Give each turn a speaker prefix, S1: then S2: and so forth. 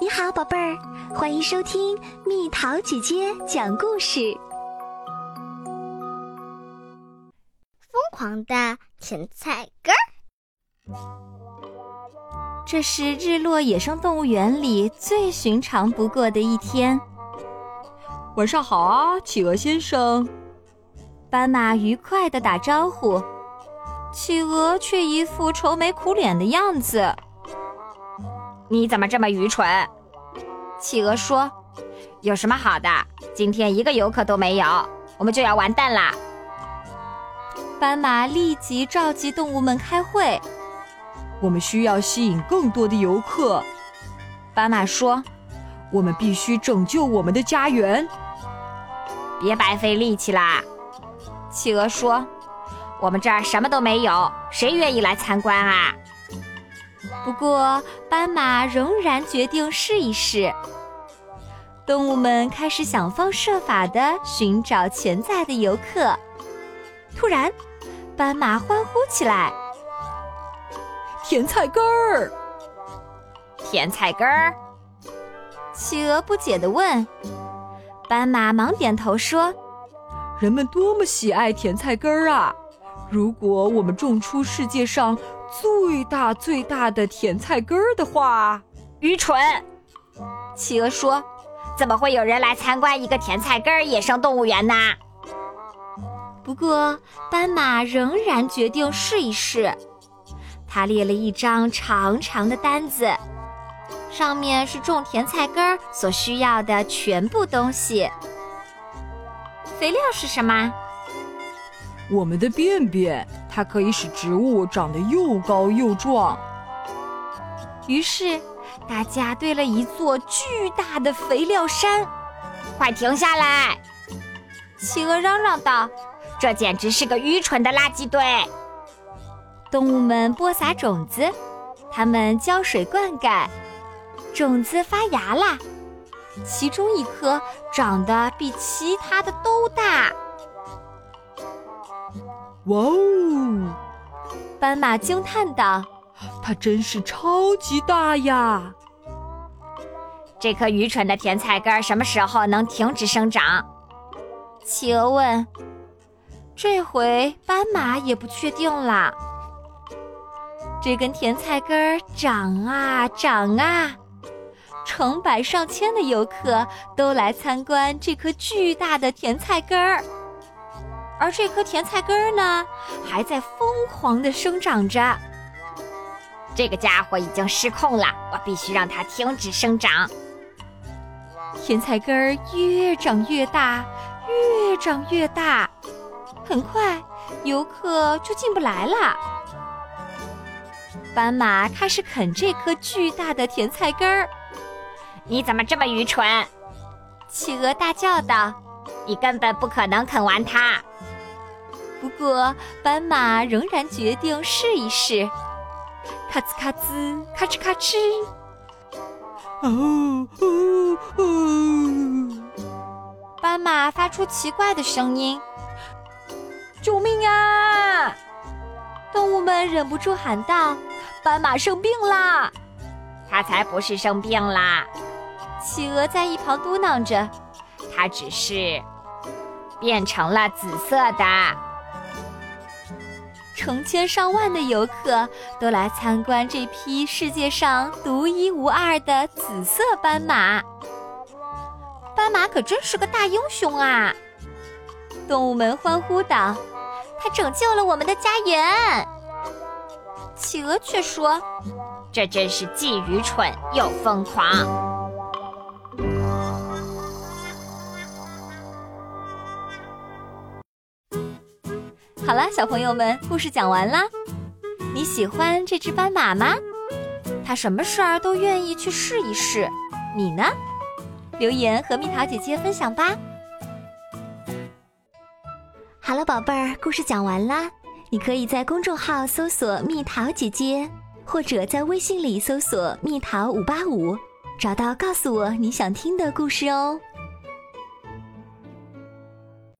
S1: 你好，宝贝儿，欢迎收听蜜桃姐姐讲故事。
S2: 疯狂的芹菜根儿。
S3: 这是日落野生动物园里最寻常不过的一天。
S4: 晚上好啊，企鹅先生！
S3: 斑马愉快的打招呼，企鹅却一副愁眉苦脸的样子。
S5: 你怎么这么愚蠢？
S3: 企鹅说：“
S5: 有什么好的？今天一个游客都没有，我们就要完蛋啦！”
S3: 斑马立即召集动物们开会。
S4: 我们需要吸引更多的游客，
S3: 斑马说：“
S4: 我们必须拯救我们的家园。”
S5: 别白费力气啦！
S3: 企鹅说：“
S5: 我们这儿什么都没有，谁愿意来参观啊？”
S3: 不过，斑马仍然决定试一试。动物们开始想方设法地寻找潜在的游客。突然，斑马欢呼起来。
S4: 甜菜根儿，
S5: 甜菜根儿，
S3: 企鹅不解地问。斑马忙点头说：“
S4: 人们多么喜爱甜菜根儿啊！如果我们种出世界上最大最大的甜菜根儿的话，
S5: 愚蠢！”
S3: 企鹅说：“
S5: 怎么会有人来参观一个甜菜根儿野生动物园呢？”
S3: 不过，斑马仍然决定试一试。他列了一张长长的单子，上面是种甜菜根儿所需要的全部东西。肥料是什么？
S4: 我们的便便，它可以使植物长得又高又壮。
S3: 于是，大家堆了一座巨大的肥料山。
S5: 快停下来！
S3: 企鹅嚷嚷道：“
S5: 这简直是个愚蠢的垃圾堆！”
S3: 动物们播撒种子，它们浇水灌溉，种子发芽啦。其中一颗长得比其他的都大。
S4: 哇哦！
S3: 斑马惊叹道：“
S4: 它真是超级大呀！”
S5: 这颗愚蠢的甜菜根什么时候能停止生长？
S3: 企鹅问。这回斑马也不确定啦。这根甜菜根儿长啊长啊，成百上千的游客都来参观这颗巨大的甜菜根儿，而这颗甜菜根儿呢，还在疯狂的生长着。
S5: 这个家伙已经失控了，我必须让它停止生长。
S3: 甜菜根儿越长越大，越长越大，很快游客就进不来了。斑马开始啃这颗巨大的甜菜根儿。
S5: 你怎么这么愚蠢？
S3: 企鹅大叫道：“
S5: 你根本不可能啃完它！”
S3: 不过，斑马仍然决定试一试。咔吱咔吱，咔哧咔哧。
S4: 哦哦哦！
S3: 斑马发出奇怪的声音：“
S4: 救命啊！”
S3: 动物们忍不住喊道。斑马生病啦！
S5: 它才不是生病啦！
S3: 企鹅在一旁嘟囔着：“
S5: 它只是变成了紫色的。”
S3: 成千上万的游客都来参观这匹世界上独一无二的紫色斑马。
S2: 斑马可真是个大英雄啊！
S3: 动物们欢呼道：“
S2: 它拯救了我们的家园！”
S3: 企鹅却说：“
S5: 这真是既愚蠢又疯狂。”
S3: 好了，小朋友们，故事讲完啦。你喜欢这只斑马吗？它什么事儿都愿意去试一试。你呢？留言和蜜桃姐姐分享吧。
S1: 好了，宝贝儿，故事讲完啦。你可以在公众号搜索“蜜桃姐姐”，或者在微信里搜索“蜜桃五八五”，找到告诉我你想听的故事哦。